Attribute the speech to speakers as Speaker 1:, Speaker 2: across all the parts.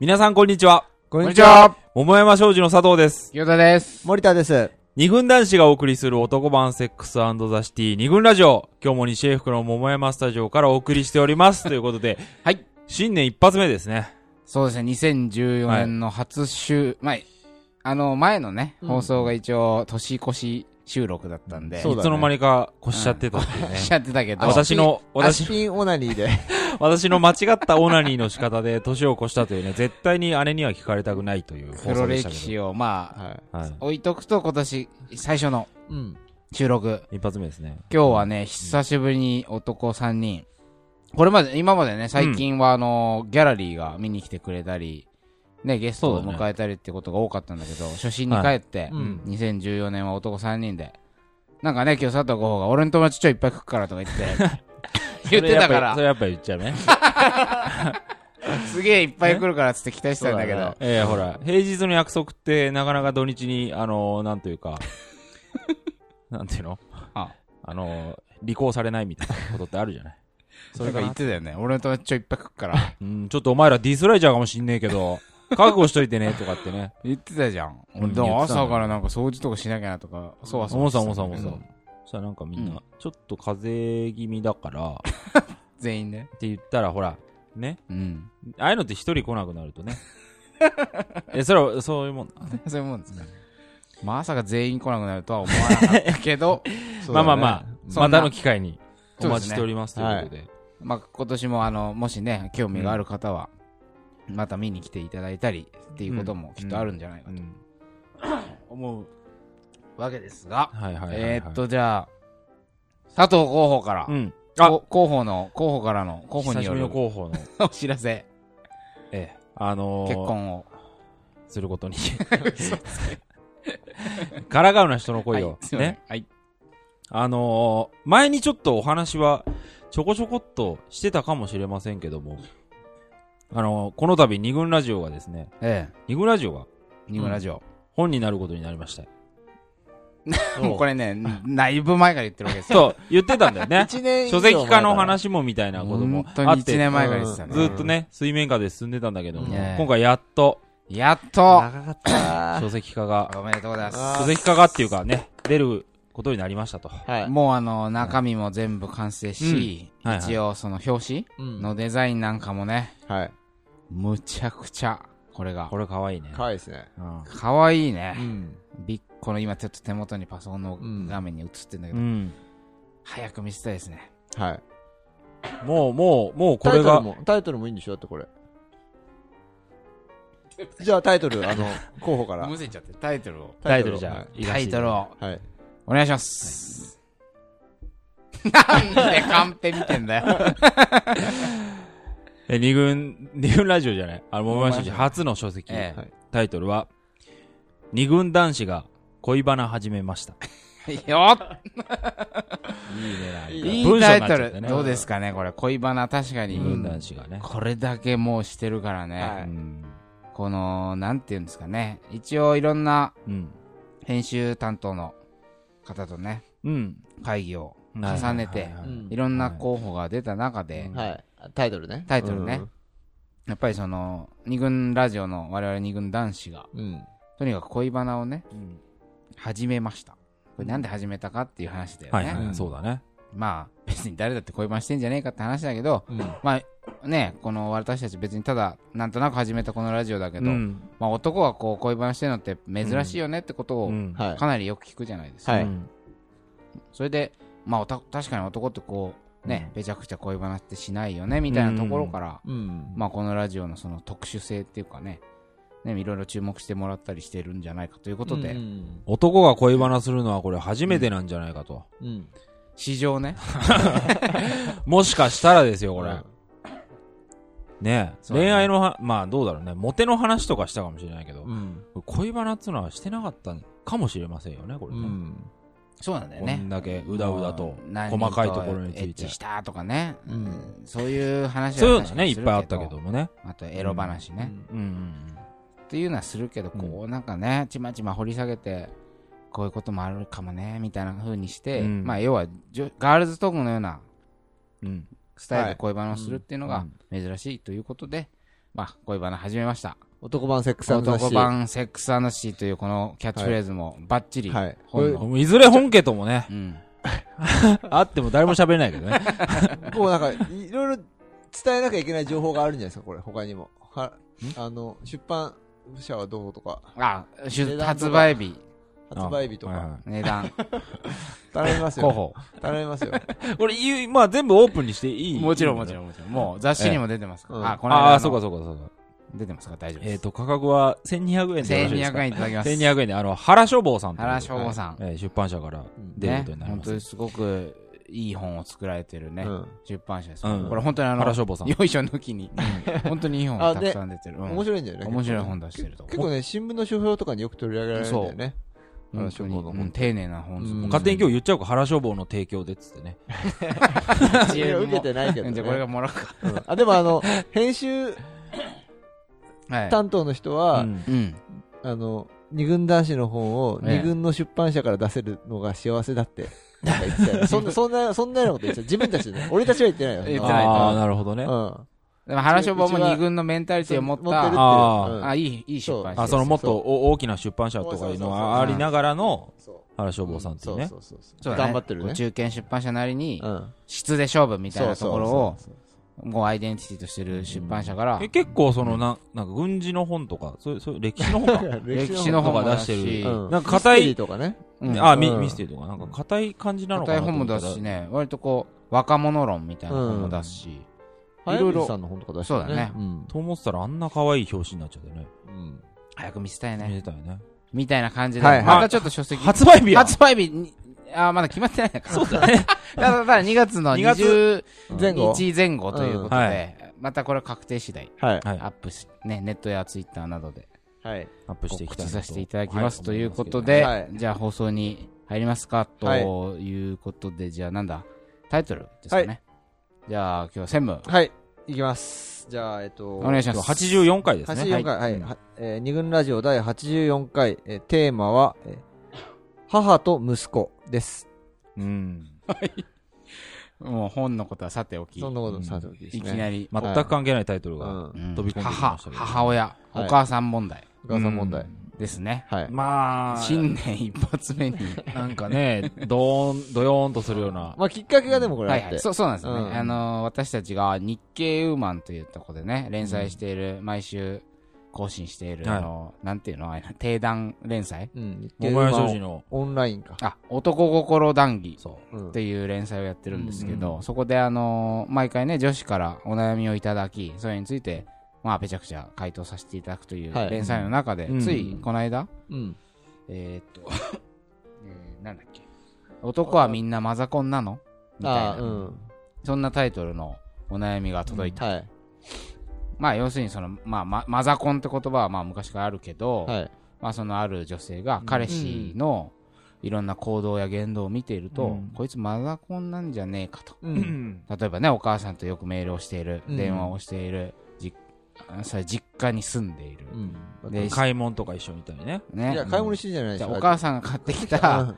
Speaker 1: 皆さんこんにちは。
Speaker 2: こ
Speaker 3: こん
Speaker 2: ん
Speaker 3: に
Speaker 2: に
Speaker 3: ち
Speaker 2: ち
Speaker 3: は。
Speaker 2: は。
Speaker 1: 桃山商事の佐藤です。
Speaker 2: 清田です。
Speaker 3: 森田です。
Speaker 1: 二軍男子がお送りする男版セックスザシティ二軍ラジオ。今日も西英福の桃山スタジオからお送りしており ます。ということで、
Speaker 2: はい。
Speaker 1: 新年一発目ですね。
Speaker 2: そうですね、2014年の初週、前、あの、前のね、
Speaker 3: うん
Speaker 2: 放送が一応、年越し収録だったんで、
Speaker 3: そう
Speaker 1: い
Speaker 3: だね
Speaker 1: つの間にか越しちゃってたっていうね。
Speaker 2: しちゃってたけど、
Speaker 1: 私の、
Speaker 3: 足
Speaker 1: 私、
Speaker 3: ピンオナニーで。
Speaker 1: 私の間違ったオナニーの仕方で年を越したというね、絶対に姉には聞かれたくないという放
Speaker 2: 黒
Speaker 1: 送でした
Speaker 2: 歴
Speaker 1: け
Speaker 2: 史を、まあ、
Speaker 3: は
Speaker 1: ど。はい。
Speaker 2: 置いとくと今年最初の
Speaker 3: い。うん。
Speaker 2: 収録。
Speaker 1: 一発目ですね。
Speaker 2: 今日はね、久しぶりに男3人。これまで、今までね、最近はあの、ギャラリーが見に来てくれたり、ね、ゲストを
Speaker 1: そうだね
Speaker 2: 迎えたりってことが多かったんだけど、初心に帰って、
Speaker 3: うん
Speaker 2: 2014年は男3人で。なんかね、今日佐藤豪が、俺の友達ちょいっぱい来るからとか言 って、言ってたか
Speaker 1: それやっぱり
Speaker 2: ら、
Speaker 1: それやっぱり言っちゃうね。
Speaker 2: すげえいっぱい来るからっつって期待してたんだけど、
Speaker 1: ええほら、平日の約束って、なかなか土日に、あのー、なんというか、 なんていうの
Speaker 2: あ
Speaker 1: あのー、履行されないみたいなことってあるじゃ ない。
Speaker 2: そ
Speaker 1: そ
Speaker 2: れ
Speaker 1: れ
Speaker 2: か
Speaker 1: が
Speaker 2: 言ってたよね、俺の友達ちょいっぱい来るから、
Speaker 1: うん、ちょっとお前らディスられちゃうかもしんねえけ ど、覚悟しといてね、とかってね。
Speaker 2: 言ってたじゃん。
Speaker 1: うん
Speaker 2: 俺、だから
Speaker 1: 言ってたんだよ
Speaker 2: 朝からなんか掃除とかしなきゃなとか、そわそ
Speaker 1: も
Speaker 2: わ
Speaker 1: う
Speaker 2: して
Speaker 1: さ、
Speaker 2: たん
Speaker 1: もう
Speaker 2: だけど。
Speaker 1: さ、もうさ。そしたらなんかみん
Speaker 2: うん
Speaker 1: な、ちょっと風邪気味だから、
Speaker 2: 全員ね。
Speaker 1: って言ったら、ほら、ね。
Speaker 2: うん。
Speaker 1: ああいうのって一人来なくなると ね。え、それは、そういうもん。
Speaker 2: そういうもんですか。まあまさか全員来なくなるとは思わなかったけど、
Speaker 1: まあまあまあ、
Speaker 2: そんな
Speaker 1: またの機会にお
Speaker 2: そうです
Speaker 1: 待
Speaker 2: ね
Speaker 1: ちしておりますということで。
Speaker 2: まあ今年もあの、もしね、興味がある方は、また見に来ていただいたりっていうこともきっとあるんじゃないかと
Speaker 1: うん
Speaker 2: 思うわけですが、
Speaker 1: はいはいはいはい。
Speaker 2: えーっと、じゃあ、佐藤候補から
Speaker 1: う、ん。あ
Speaker 2: こ候補の、候補からの、候補に
Speaker 1: 久しぶ
Speaker 2: よる
Speaker 1: りの候補の、
Speaker 2: お知らせ、
Speaker 1: ええ、あのー、
Speaker 2: 結婚を。
Speaker 1: する ことに。からがうな人の
Speaker 2: は
Speaker 1: 声
Speaker 2: い
Speaker 1: を、。
Speaker 2: すいません
Speaker 1: ね。
Speaker 2: はい。
Speaker 1: あのー、前にちょっとお話は、ちょこちょこっとしてたかもしれませんけども、あのー、この度二軍ラジオがですね、
Speaker 2: ええ、
Speaker 1: 二軍ラジオが
Speaker 2: ニムラジオ。
Speaker 1: 本になることになりま した。
Speaker 2: もう これね、内部前から言ってるわけですよ。
Speaker 1: そう、言ってたんだよね。
Speaker 3: 一年以上
Speaker 1: 書籍化の話もみたい なことも
Speaker 2: 本当に
Speaker 1: あっ
Speaker 2: 1
Speaker 1: て、
Speaker 2: 年前から言ってたね。
Speaker 1: ずっとね、水面下で進んでたんだけども、
Speaker 2: ねえ
Speaker 1: 今回やっと
Speaker 2: やっ
Speaker 3: 長
Speaker 2: と
Speaker 3: かった。
Speaker 1: 書籍化が、
Speaker 2: おめでとうございま
Speaker 1: 書籍化がっていうかね、出ることになりましたと。
Speaker 3: は
Speaker 2: す。。もうあの、中身も全部完成し、
Speaker 1: うんはいはい
Speaker 2: 一応その表
Speaker 3: うん
Speaker 2: 紙のデザインなんかもね、
Speaker 3: はい。
Speaker 2: むちゃくちゃ、これが
Speaker 1: こ。れ可愛いね。
Speaker 3: かわいいですね。
Speaker 1: うん
Speaker 2: かわいいうね。
Speaker 3: ん。
Speaker 2: びっこの今ちょっと手元にパソコンの
Speaker 3: うん
Speaker 2: 画面に映ってんだけ
Speaker 1: う
Speaker 2: ど、
Speaker 1: ん。
Speaker 2: 早く見せたいですね。
Speaker 3: はい。
Speaker 1: もう、もう、もうこ
Speaker 3: タイ
Speaker 1: れ
Speaker 3: トル
Speaker 1: が、
Speaker 3: も、タイトルもいいんでしょだってこれ。じゃあタイトル、あの、候補から。
Speaker 2: むせちゃってタイトルを。
Speaker 1: タイトルじゃあ、
Speaker 2: タイトルを
Speaker 3: はい。はい。
Speaker 2: お願いします。なんでカンペ見てんだよ。
Speaker 1: え、二軍、二軍ラジオじゃない。あの、桃山書
Speaker 2: 桃山
Speaker 1: 籍
Speaker 2: 商事
Speaker 1: 初の書籍。
Speaker 2: え
Speaker 3: はい
Speaker 1: タイトルは、二軍男子が恋バナ始めました。
Speaker 2: え。よっ
Speaker 1: いいね、なんか
Speaker 2: い
Speaker 1: 文章に
Speaker 2: いタイ
Speaker 1: なっち
Speaker 2: ト
Speaker 1: ゃった
Speaker 2: ル。
Speaker 1: ね
Speaker 2: どうですかねこれ、恋バナ確かに。
Speaker 1: 二軍男子がね。
Speaker 2: これだけもうしてるからね。
Speaker 3: は
Speaker 1: う
Speaker 3: い
Speaker 1: ん。
Speaker 2: この、なんていうんですかね。一応いろんな
Speaker 1: うん。
Speaker 2: 編集担当の方とね、
Speaker 1: うん。
Speaker 2: 会議を
Speaker 1: はい
Speaker 2: 重ねて
Speaker 1: はいはいはい
Speaker 3: うん
Speaker 2: いろんな候補が出た中で、
Speaker 3: はい。タイトルね。
Speaker 2: タイトルねやっぱりその、二軍ラジオの我々二軍男子が、
Speaker 3: うん。うん。
Speaker 2: とにかく恋バナをね、
Speaker 1: うん
Speaker 2: 始めました。これなんで始めたかっていう話だよね。
Speaker 1: はいは
Speaker 3: う
Speaker 1: い、
Speaker 3: ん
Speaker 1: そうだね。
Speaker 2: まあ、別に誰だって恋バナしてんじゃねえかって話だけど、
Speaker 3: うん。
Speaker 2: まあ、ね、この私たち別にただ、なんとなく始めたこのラジオだけど、
Speaker 1: うん
Speaker 2: まあ男がこう恋バナしてるのって珍しいよねってことを、
Speaker 1: うん
Speaker 3: はい。
Speaker 2: かなりよく聞くじゃないですか。
Speaker 3: はいう
Speaker 2: それで、まあおた、確かに男ってこう、ね、
Speaker 1: う
Speaker 2: めちゃくちゃ恋バナってしないよね、みたいなところから、
Speaker 3: うん。
Speaker 2: まあ、このラジオのその特殊性っていうかね、ね、いろいろ注目してもらったりしてるんじゃないかということで、
Speaker 3: うん。
Speaker 1: 男が恋バナするのはこれ初めてなんじゃないかと。
Speaker 3: うん。
Speaker 2: 市場 ね、
Speaker 1: もしかしたらですよ、こ
Speaker 3: う
Speaker 1: れ
Speaker 3: ん。
Speaker 1: ねえ
Speaker 2: そうだね
Speaker 1: 恋愛のは、まあどうだろうね。モテの話とかしたかもしれないけど、
Speaker 3: うん。
Speaker 1: 恋バナっつうのはしてなかったかもしれませんよね、これ
Speaker 3: う
Speaker 1: ね。
Speaker 3: ん。
Speaker 2: そうなんだよ
Speaker 1: こん
Speaker 2: ね。
Speaker 1: だけうだうだと
Speaker 2: もう、何人
Speaker 1: 細かいところにつ
Speaker 2: エ
Speaker 1: い
Speaker 2: ッ
Speaker 1: て
Speaker 2: チ。したとかね、
Speaker 3: うん
Speaker 2: うんそういう話
Speaker 1: そういう
Speaker 2: は
Speaker 1: のね、いっぱいあったけど。もね。
Speaker 2: あと、エロ話ね。
Speaker 1: うんうん
Speaker 2: っていうのはするけど、こうなんかねちまちま掘り下げてこういうこともあるかもねみたいな風にして、
Speaker 1: うん
Speaker 2: まあ要はじょガールズトークのような
Speaker 1: うん。うん。
Speaker 2: スタイル
Speaker 3: は
Speaker 2: で
Speaker 3: い
Speaker 2: 恋バナをするっていうのが珍しいということで、まあ、恋バナ始めました。
Speaker 3: 男版セックス
Speaker 2: 男版セックスアナシーというこのキャッチフレーズもバッチリ。
Speaker 3: はい。こ
Speaker 2: 本
Speaker 3: れ
Speaker 2: 能
Speaker 1: もういずれ本家ともね、
Speaker 2: うん。
Speaker 1: あっても誰も喋れないけど ね。
Speaker 3: こうなんか、いろいろ伝えなきゃいけない情報があるんじゃないですか、これ、他にも。は、あの、出版社はどうとか、
Speaker 2: あ、出
Speaker 3: 値段とか
Speaker 2: 発売日、
Speaker 3: 発売日と
Speaker 1: あはいは
Speaker 3: か、
Speaker 1: い
Speaker 2: 値段、
Speaker 3: 頼みます
Speaker 2: 候
Speaker 3: よ。
Speaker 2: 補。
Speaker 3: 頼みますよ。
Speaker 1: これ言う、まあ全部オープンにして いい
Speaker 2: もちろんもち
Speaker 1: ん。
Speaker 2: ろんもちろん。もう雑誌にも出てますか
Speaker 3: ええ
Speaker 2: ら。あ、この間
Speaker 1: あ
Speaker 2: の。
Speaker 1: あ、そうかそうかそうか。
Speaker 2: 出てますか大丈夫
Speaker 1: え
Speaker 2: で
Speaker 1: っ
Speaker 2: す。
Speaker 1: と、価格は1200円でよろしいですか
Speaker 2: 1200円いただきます。
Speaker 1: 1200円で、あの、原書房さんという
Speaker 2: 原省吾さん。
Speaker 1: えー出版社から
Speaker 3: うん
Speaker 1: 出るこ
Speaker 2: ね
Speaker 1: とになり
Speaker 2: 本
Speaker 1: ま
Speaker 2: 当
Speaker 1: す
Speaker 2: に。すごくいい本を作られてる ね、
Speaker 3: うん
Speaker 2: 出版社です、
Speaker 1: うん
Speaker 2: これ本当にあの
Speaker 1: 原書房さん
Speaker 2: よいしょ抜きに 本当にいい本がたくさん出てる、うん
Speaker 3: 面白いんだよね。
Speaker 2: 面白い本出してると
Speaker 3: 結構ね、新聞の書評とかによく取り上げられるんだよね。
Speaker 2: 本
Speaker 3: 書
Speaker 2: 当
Speaker 3: 房
Speaker 2: に、
Speaker 3: の本
Speaker 2: うん丁寧な本
Speaker 3: うん
Speaker 1: 勝手に今日言っちゃうか、原書房の提供でっつってね。
Speaker 2: 日
Speaker 3: いや受けてないけど
Speaker 2: じゃあこれが
Speaker 3: ね。
Speaker 2: もらうか
Speaker 3: うんあ、でもあの、編集
Speaker 2: はい
Speaker 3: 担当の人
Speaker 1: う
Speaker 3: は、
Speaker 1: ん
Speaker 2: うん
Speaker 3: あの、二軍男子の本を
Speaker 2: ええ
Speaker 3: 二軍の出版社から出せるのが幸せだって、なんか言ってたよね。そんな、そんな、そんなようなこと言ってた。自分たちでね。俺たちは言ってないよ。
Speaker 2: 言ってない
Speaker 1: ああ、なるほどね。
Speaker 3: うん。
Speaker 2: でも原書房も二軍のメンタリティを持っ
Speaker 3: 持ってる
Speaker 2: た
Speaker 1: あ
Speaker 3: うん
Speaker 2: あいいいい出版社
Speaker 1: あ、そのもっと
Speaker 3: そう
Speaker 1: お大きな出版社とかいうのがありながらの原書房さんっていうね。
Speaker 3: そうそうそう
Speaker 2: そうだね
Speaker 3: 頑張ってるね。
Speaker 2: 中堅出版社なりに
Speaker 3: うん。
Speaker 2: 質で勝負みたい
Speaker 3: そ
Speaker 2: な
Speaker 3: う
Speaker 2: ところをもうアイデンティティとしてる出版社から
Speaker 1: え結構その、ななんか軍事の本とか、そういう、そういう歴史の本 か。
Speaker 2: 歴史の
Speaker 1: と
Speaker 2: 本
Speaker 1: か
Speaker 2: も
Speaker 1: 出
Speaker 2: 出
Speaker 1: し
Speaker 2: して
Speaker 1: る。
Speaker 2: てる
Speaker 3: うん
Speaker 1: なんか硬
Speaker 3: ミステリ
Speaker 1: い
Speaker 3: ー、とかね。
Speaker 2: うん
Speaker 1: あ、ミ
Speaker 3: うん
Speaker 1: ミステリーとか、なんか硬い感じなのか
Speaker 2: 硬
Speaker 1: ないと
Speaker 2: 本
Speaker 1: 思
Speaker 2: も
Speaker 1: ったら。
Speaker 2: 出すしね割とこう若者論みたいな本も出すし、
Speaker 3: い
Speaker 2: い
Speaker 3: ろ
Speaker 2: ろ
Speaker 3: い
Speaker 2: い
Speaker 3: ろ。
Speaker 2: ろ
Speaker 3: さんの本とか出してる
Speaker 2: そうだね
Speaker 3: うん。
Speaker 1: と思ってたらあんな可愛い表紙になっちゃってね。
Speaker 3: うん
Speaker 2: 早く見せたいね
Speaker 1: 見れたよね。
Speaker 2: みたいな感じで、
Speaker 3: はいはい
Speaker 2: またちょっと書 籍、
Speaker 1: 発売日や
Speaker 2: 発売日に、あーまだ決まってないのか。そうだ ね。だから2月の
Speaker 1: 2月
Speaker 2: 21
Speaker 3: 前後。
Speaker 2: 前後ということ
Speaker 1: うんは
Speaker 2: で、またこれ確定次第、
Speaker 3: はい。
Speaker 1: はい
Speaker 2: ア。ップし、ね、ネットやツイッターなどで
Speaker 3: はい。
Speaker 1: アップしていき
Speaker 2: 告
Speaker 1: たい
Speaker 2: 知
Speaker 1: なと
Speaker 2: させていただきます、
Speaker 1: は
Speaker 2: ということ
Speaker 3: 思い
Speaker 2: で、
Speaker 3: ますけどねはい
Speaker 2: じゃあ放送に入りますか、
Speaker 3: は
Speaker 2: ということで、じゃあなんだ、タイトルですかね。
Speaker 3: は
Speaker 2: じゃあ今日は専務、
Speaker 3: はい。いきます。じゃあ、えっと。
Speaker 2: お願いし
Speaker 1: 今
Speaker 2: ま
Speaker 1: 日
Speaker 2: す。
Speaker 1: 84回ですね。
Speaker 3: 84回、はい、はえー二軍ラジオ第84回、えーテーマは、えー母と息子です。
Speaker 1: うん。
Speaker 2: もう本のことはさておき、
Speaker 3: そんなことさておきです
Speaker 2: い
Speaker 3: ね。
Speaker 2: きなり、
Speaker 1: 全く関係ないタイトル
Speaker 3: う
Speaker 1: が。
Speaker 3: ん。お
Speaker 2: うん
Speaker 1: 飛び込んできま
Speaker 2: 母
Speaker 1: したけ、ど
Speaker 2: 母親、
Speaker 3: はい
Speaker 2: お母さん問題
Speaker 3: 母さん問題。
Speaker 2: ですね。
Speaker 3: はい。
Speaker 1: まあ、
Speaker 2: 新年一発目に。
Speaker 1: なん かね、 どーん、どよーんとするような。
Speaker 3: まあ、きっかけがでもこれあ
Speaker 2: は
Speaker 3: っ
Speaker 2: い
Speaker 3: て。
Speaker 2: はい。そう、そうなんですよね。
Speaker 3: うん
Speaker 2: あのー、私たちが日経ウーマンというとこでね、連載している、毎週更新している、
Speaker 1: はい
Speaker 2: あのー、なんていうのあれ定談連載
Speaker 3: うん。日経
Speaker 1: 桃山
Speaker 3: ウーマン
Speaker 1: 商事の。
Speaker 3: オンラインか。
Speaker 2: あ、男心談義
Speaker 1: そ
Speaker 3: うん
Speaker 2: っていう連載をやってるんですけど、そこであのー、毎回ね、女子からお悩みをいただき、それについて、まあ、べちゃくちゃ回答させていただくという
Speaker 3: はい
Speaker 2: 連載の中で
Speaker 1: う、ん
Speaker 2: つい、この間、
Speaker 3: うん。
Speaker 2: えーっと、えーなんだっけ。男はみんなマザコンなのみたい
Speaker 3: あ
Speaker 2: な
Speaker 3: あ、。うん。
Speaker 2: そんなタイトルのお悩みが届いた。
Speaker 3: はい。
Speaker 2: まあ要するにその、まあ、まマザコンって言葉はまあ昔からあるけど、
Speaker 3: はい。
Speaker 2: まあそのある女性が彼氏のいろんな行動や言動を見ていると、
Speaker 1: うん
Speaker 2: こいつマザコンなんじゃねえかと。
Speaker 3: う
Speaker 1: う。
Speaker 3: ん。
Speaker 2: 例えばね、お母さんとよくメールをしている、
Speaker 3: うん
Speaker 2: 電話をしている、じあそれ実家に住んでいる。
Speaker 3: うん。
Speaker 2: で、
Speaker 1: 買い物とか一緒みたいにね。
Speaker 3: い
Speaker 2: ね
Speaker 3: や、。買い物してんじゃないで
Speaker 2: じ
Speaker 3: す
Speaker 2: ゃあ
Speaker 3: か。
Speaker 2: お母さんが買ってき
Speaker 3: う
Speaker 2: た
Speaker 3: ん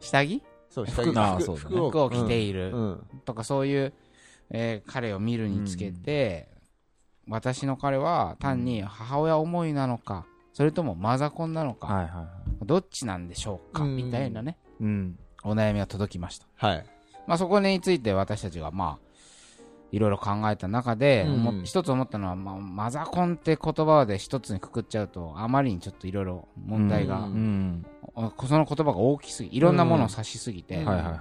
Speaker 2: 下着
Speaker 3: そう、下着
Speaker 1: 服ああそうだね
Speaker 3: 服
Speaker 2: 服を着て
Speaker 3: い
Speaker 2: いる。
Speaker 3: うん。
Speaker 2: とかそういう、えー彼を見るにつけて、私の彼は単に母親思いなのかそれともマザコンなのか、
Speaker 1: はいはいはい。
Speaker 2: どっちなんでしょうか、
Speaker 3: うん
Speaker 2: みたいなね
Speaker 1: うん。
Speaker 2: お悩みが届きました、
Speaker 3: はい。
Speaker 2: まあ、そこについて私たちがまあいろいろ考えた中で、
Speaker 3: うん
Speaker 2: も一つ思ったのは、まあ、マザコンって言葉で一つにくくっちゃうとあまりにちょっといろいろ問題が、
Speaker 3: うん
Speaker 1: うん。
Speaker 2: おその言葉が大きすぎいろんなものを指しすぎて、
Speaker 3: う
Speaker 1: は
Speaker 3: ん
Speaker 1: いはいは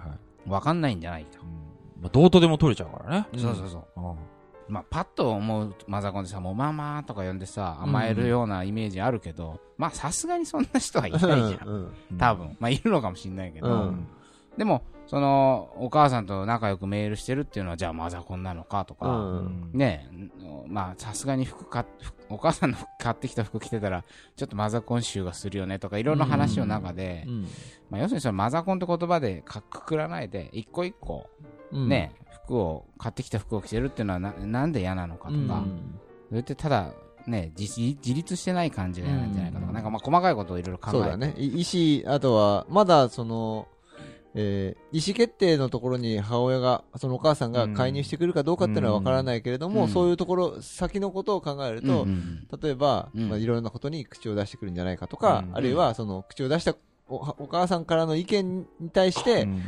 Speaker 1: い。
Speaker 2: わかんないんじゃないか、
Speaker 1: まあ、どうとでも取れちゃうからね。
Speaker 3: うん
Speaker 2: そうそうそ
Speaker 1: う
Speaker 2: う
Speaker 1: ん
Speaker 2: まあ、パッと思うマザコンでさ、もうママとか呼んでさ、甘えるようなイメージあるけど、まあ、さすがにそんな人はいないじゃん。
Speaker 3: うん。
Speaker 2: 多。分。まあ、いるのかもしんないけど。
Speaker 3: うん
Speaker 2: でも、その、お母さんと仲良くメールしてるっていうのは、じゃあマザコンなのかと
Speaker 3: う
Speaker 2: か、
Speaker 3: ん。
Speaker 2: ねえ、まあ、さすがに服買っ服お母さんの服買ってきた服着てたら、ちょっとマザコン臭がするよねとか、いろんな話の中で、まあ、要するにそのマザコンって言葉でかくくらないで、一個一個、
Speaker 3: うん。
Speaker 2: ねえ、服を、買ってきた服を着てるっていうのはな、なんで嫌なのかと
Speaker 3: う
Speaker 2: か、
Speaker 3: ん。
Speaker 2: それってただね自自立してない感じが嫌なんじゃないかとか、
Speaker 3: うん
Speaker 2: なんかまあ細かいことをいろいろ考えて
Speaker 3: そうだね。い医師、あとは、まだその、えー意思決定のところに母親が、そのお母さんが介入してくるかどうかっていうのは分からないけれど
Speaker 2: う
Speaker 3: も、
Speaker 2: ん
Speaker 3: そういうところ、先のことを考えると、
Speaker 2: うんうん
Speaker 3: 例えば、
Speaker 2: うん
Speaker 3: まあ、いろんなことに口を出してくるんじゃないかとか、
Speaker 1: うん
Speaker 3: あるいは、その、口を出したおお母さんからの意見に対して、
Speaker 1: うん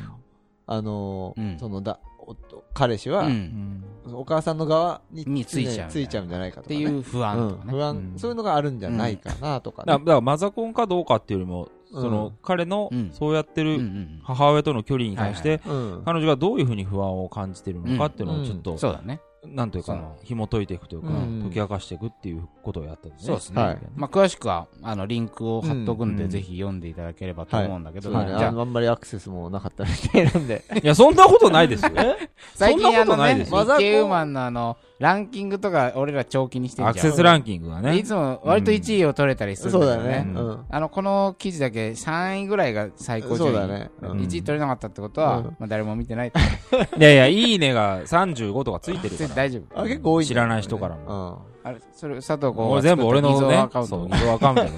Speaker 3: あのー
Speaker 2: うん
Speaker 3: そのだ、お彼氏
Speaker 2: う
Speaker 3: は、
Speaker 1: うんん
Speaker 3: お母さんの側に
Speaker 2: についちゃう
Speaker 3: ついちゃうんじゃないかと
Speaker 2: っ
Speaker 3: か、
Speaker 2: て
Speaker 3: ね。
Speaker 2: いう不安とか
Speaker 3: うん
Speaker 2: ね。
Speaker 3: 不安、
Speaker 1: うん
Speaker 3: そういうのがあるんじゃないかなとか、
Speaker 1: だ
Speaker 3: ね
Speaker 1: だからマザコンかどうかっていうよりも、その、
Speaker 3: うん
Speaker 1: 彼の
Speaker 2: うん
Speaker 1: そうやって
Speaker 2: うんう
Speaker 1: る
Speaker 2: ん
Speaker 1: 母親との距離に関して、
Speaker 2: はい
Speaker 3: うん
Speaker 1: 彼女がどういうふうに不安を感じてるのかっていうのをちょっ
Speaker 2: うん
Speaker 1: と、
Speaker 2: そうだね。
Speaker 1: なんというか
Speaker 2: その
Speaker 1: 紐解いていくというか、
Speaker 3: うん
Speaker 1: 解き明かしていくっていうことをやったんですね。
Speaker 2: そうですね
Speaker 3: はい
Speaker 2: まあ、詳しくは、あの、リンクを貼っとくん
Speaker 1: う
Speaker 2: で、
Speaker 1: ん
Speaker 2: ぜひ読んでいただければと思うんだけど、
Speaker 3: そう
Speaker 2: じ
Speaker 3: だねあ
Speaker 2: ゃあ
Speaker 3: の、あんまりアクセスもなかったみたいなんで。
Speaker 1: いや、そんなことないですよ。
Speaker 2: 最近
Speaker 1: そ
Speaker 2: あ
Speaker 1: んなこと
Speaker 2: の
Speaker 1: ない
Speaker 2: ね、
Speaker 1: で
Speaker 2: 日
Speaker 1: す
Speaker 3: よ
Speaker 2: 経ウーマンのあの、ランキングとか、俺ら長期にして
Speaker 1: ア
Speaker 2: る
Speaker 1: ク
Speaker 2: じゃ
Speaker 1: セ
Speaker 2: ん
Speaker 1: スランキンングが
Speaker 2: で。い
Speaker 1: ね。
Speaker 2: つも割と1位を取れたりするん
Speaker 3: そう
Speaker 2: だ
Speaker 3: だ
Speaker 2: よね
Speaker 3: ね。。
Speaker 1: う
Speaker 3: うんん。
Speaker 2: あの、この記事だけ3位ぐらいが最高順
Speaker 3: そうだ
Speaker 2: 位
Speaker 3: ね。うん
Speaker 2: 1位取れなかったってこと
Speaker 3: うん
Speaker 2: は、まあ誰も見てないって
Speaker 1: いやいや、いいねが35とかついてるから。
Speaker 2: 大丈夫。
Speaker 3: あ、結構多いん
Speaker 1: 知
Speaker 3: だよ
Speaker 1: ら
Speaker 3: ね
Speaker 1: ない人からも。
Speaker 3: うん。
Speaker 2: あれ、それ、佐藤君
Speaker 1: 俺全部俺のね、
Speaker 2: そ
Speaker 1: そうう、偽造アカウント だか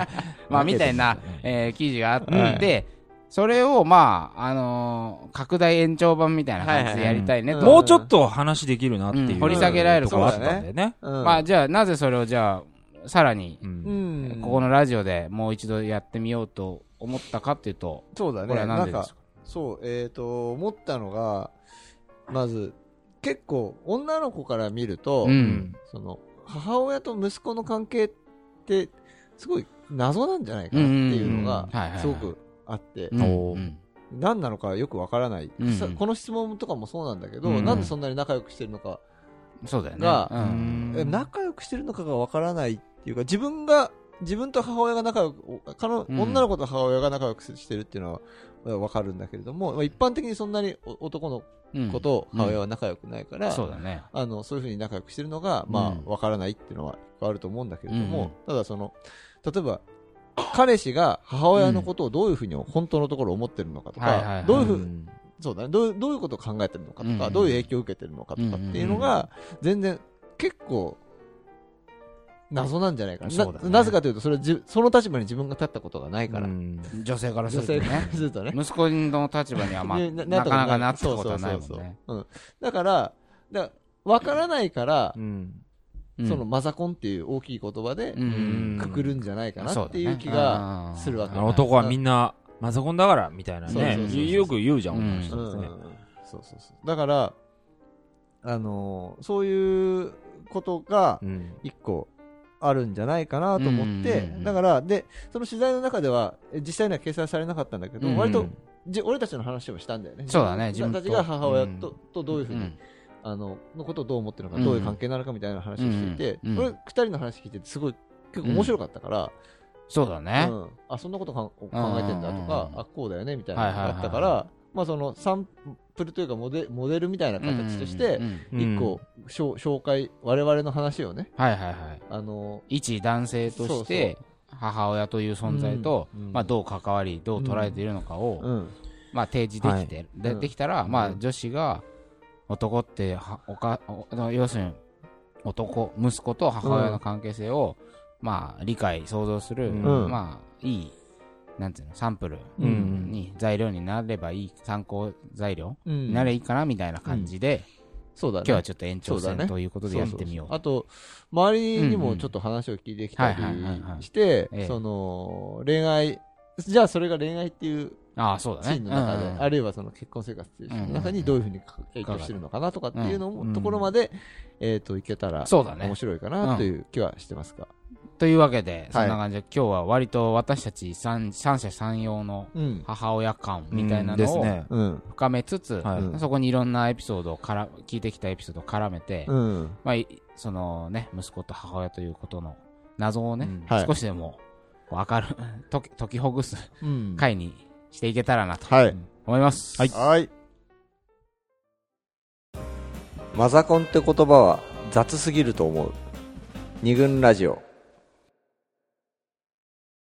Speaker 1: ら
Speaker 2: まあ、みたいな、えー記事があって、それを、まあ、あのー拡大延長版みたいな感じでやりたいね
Speaker 3: はいはい
Speaker 2: と。
Speaker 1: もうちょっと話できるなっていう、
Speaker 2: うん掘り下げられる
Speaker 1: と
Speaker 2: か
Speaker 1: こ
Speaker 2: も
Speaker 1: あっ
Speaker 3: しれない
Speaker 1: たんだよね。
Speaker 3: うん
Speaker 2: まあ、じゃあ、なぜそれを、じゃあ、さらに、
Speaker 1: う
Speaker 3: うんん。
Speaker 2: ここのラジオでもう一度やってみようと思ったかっていうと、
Speaker 3: そうだ
Speaker 2: こ
Speaker 3: ね。
Speaker 2: れは
Speaker 3: な
Speaker 2: 何
Speaker 3: ん
Speaker 2: でで
Speaker 3: か
Speaker 2: す、か
Speaker 3: そう、えっ、と、思ったのが、まず、結構、女の子から見ると、
Speaker 2: うん。
Speaker 3: その、母親と息子の関係って、すごい謎なんじゃないか
Speaker 2: う
Speaker 3: なっ
Speaker 2: ん
Speaker 3: て
Speaker 2: うん
Speaker 3: いうのが
Speaker 2: うんはいはいは、い
Speaker 3: すごくあって、
Speaker 2: うん
Speaker 1: おー
Speaker 2: うん
Speaker 3: 何なのかよくわからない、
Speaker 2: うん
Speaker 3: さこの質問とかもそうなんだけど、
Speaker 1: うん
Speaker 3: なんでそんなに仲良くしてるのか、
Speaker 2: そうだよね。
Speaker 3: が
Speaker 2: う
Speaker 1: うんん
Speaker 3: え仲良くしてるのかがわからないっていうか自分が自分と母親が仲良くお彼女
Speaker 2: うん
Speaker 3: 女の子と母親が仲良くしてるっていうのはえわかるんだけれども、まあ、一般的にそんなにお男の
Speaker 2: うん
Speaker 3: 子と母親は仲良くないから、
Speaker 2: そうだね。
Speaker 3: あのそういうふうに仲良くしてるのが、ま
Speaker 2: うん
Speaker 3: あ、わからないっていうのはあると思うんだけれど
Speaker 2: うんう
Speaker 3: も
Speaker 2: ん、
Speaker 3: ただその、例えば、彼氏が母親のことをどういうふうに本当のところ思ってるのかと
Speaker 2: はいはいは
Speaker 3: か
Speaker 2: い、
Speaker 3: どういうふ
Speaker 1: う
Speaker 3: うんそうだね、どういうどういうことを考えてるのかと
Speaker 2: うん
Speaker 3: か、
Speaker 2: うん
Speaker 3: どういう影響を受けてるのかとかっていうのが、全然結構謎なんじゃないかな、
Speaker 2: そうだね
Speaker 3: ななぜかというとそれはじその立場に自分が立ったことがないから、
Speaker 1: うん
Speaker 2: 女性からす
Speaker 3: 女
Speaker 2: ると
Speaker 3: 性から
Speaker 2: ね。
Speaker 3: するとね
Speaker 2: 息子の立場には、まあ、
Speaker 3: ねな
Speaker 2: なかなかなったことは
Speaker 3: そ
Speaker 2: な
Speaker 3: うそ
Speaker 2: いうも
Speaker 3: そ
Speaker 2: ん
Speaker 3: う
Speaker 2: ね。
Speaker 3: そううんだからだから分からないから
Speaker 1: う、ん
Speaker 2: うん
Speaker 3: その、マザコンっていう大きい言葉で
Speaker 2: うん
Speaker 3: くくるんじゃないかな
Speaker 2: そう
Speaker 3: っ
Speaker 2: だ
Speaker 3: て
Speaker 2: ね
Speaker 3: いう気がするわ
Speaker 1: あ
Speaker 3: け、
Speaker 1: の男はみんな、マザコンだから、みたいな
Speaker 3: そうそうそう
Speaker 1: ね。
Speaker 3: そう
Speaker 1: よく言うじゃん、
Speaker 2: うん
Speaker 1: 女の
Speaker 3: う
Speaker 1: 人
Speaker 3: ん
Speaker 1: ですね。
Speaker 3: そうそうそうだからあのーそういうことが
Speaker 1: うん
Speaker 3: 一個あるんじゃないかなと思って、
Speaker 2: うんうんうん
Speaker 3: だからでその取材の中ではえ実際には掲載されなかったんだけど、
Speaker 2: うんうん
Speaker 3: 割とじ俺たちの話をしたんだよね
Speaker 2: そうだね
Speaker 3: 自分たち
Speaker 2: 自分と
Speaker 3: が母親と,、
Speaker 2: うん
Speaker 3: とどういうふうに、
Speaker 2: ん
Speaker 3: あののことをどう思ってるの
Speaker 2: う
Speaker 3: か、
Speaker 2: ん
Speaker 3: どういう関係なのかみたいな話をしていて、
Speaker 2: うんうん
Speaker 3: 俺二人の話聞いててすごい結構面白かったから、
Speaker 2: そうだね
Speaker 3: う。んあそんなことかん考えてんだとか
Speaker 2: うんうん、うん
Speaker 3: あこうだよねみたいなのがあったか
Speaker 2: はいはいはい
Speaker 3: ら、まあそのサンプルというかモデモデルみたいな形とし
Speaker 2: う
Speaker 3: て
Speaker 2: んうんうん
Speaker 1: うん
Speaker 3: 一個しょ紹介我々の話をね
Speaker 2: はいはいはい。
Speaker 3: あの
Speaker 2: 一男性として、母親という存在と、
Speaker 3: うん
Speaker 2: まあ、どう関わり、どう捉えているのかを、
Speaker 3: うん
Speaker 2: まあ、提示できて、で
Speaker 3: うん
Speaker 2: できたら、まあ、
Speaker 3: うん
Speaker 2: 女子が、男ってはおかおあの要するに、男、息子と母親の関係性を、まあ、理解、想像する、
Speaker 1: うん
Speaker 2: まあ、いい、なんていうの、サンプル
Speaker 1: うん
Speaker 2: に、材料になればいい、参考材料
Speaker 3: うん
Speaker 2: になればいいかな、みたいな感じで、
Speaker 3: そうだね
Speaker 2: 今日はちょっと延長
Speaker 3: そう
Speaker 2: 戦
Speaker 3: だね
Speaker 2: ということでやってみよう。
Speaker 3: あと周りに
Speaker 2: うん
Speaker 3: も
Speaker 2: うん
Speaker 3: ちょっと話を聞いてきたり
Speaker 2: はいはいはいはい
Speaker 3: して
Speaker 2: ええ
Speaker 3: その恋愛じゃあそれが恋愛っていう
Speaker 2: ああ、そうだ
Speaker 3: シ
Speaker 2: ね。
Speaker 3: ーンの中
Speaker 2: うんうん
Speaker 3: であるいはその結婚生活っていうシーンの中にどういうふうに影響してるのかなとかっていうの
Speaker 1: うん
Speaker 3: もところまでえっといけたら
Speaker 2: そうだね
Speaker 3: 面。白いかなという気はしてますが
Speaker 2: というわけで、そんな感じで、今日は割と私たち三三者三様の
Speaker 3: うん
Speaker 2: 母親感みたいな
Speaker 1: で
Speaker 2: の
Speaker 1: す
Speaker 2: を
Speaker 1: ね。
Speaker 3: うん
Speaker 2: 深めつつ、
Speaker 1: はい
Speaker 3: うん
Speaker 2: そこにいろんなエピソードをから、聞いてきたエピソードを絡めて、
Speaker 3: うん
Speaker 2: まあ、いそのね、息子と母親ということの謎をね、
Speaker 1: うん
Speaker 3: はい
Speaker 2: 少しでもこう明る、 解き解きほぐす
Speaker 3: うん
Speaker 2: 回にしていけたらなと
Speaker 3: はい
Speaker 2: 思います。
Speaker 1: はい
Speaker 3: はい。マザコンって言葉は雑すぎると思う。二軍ラジオ。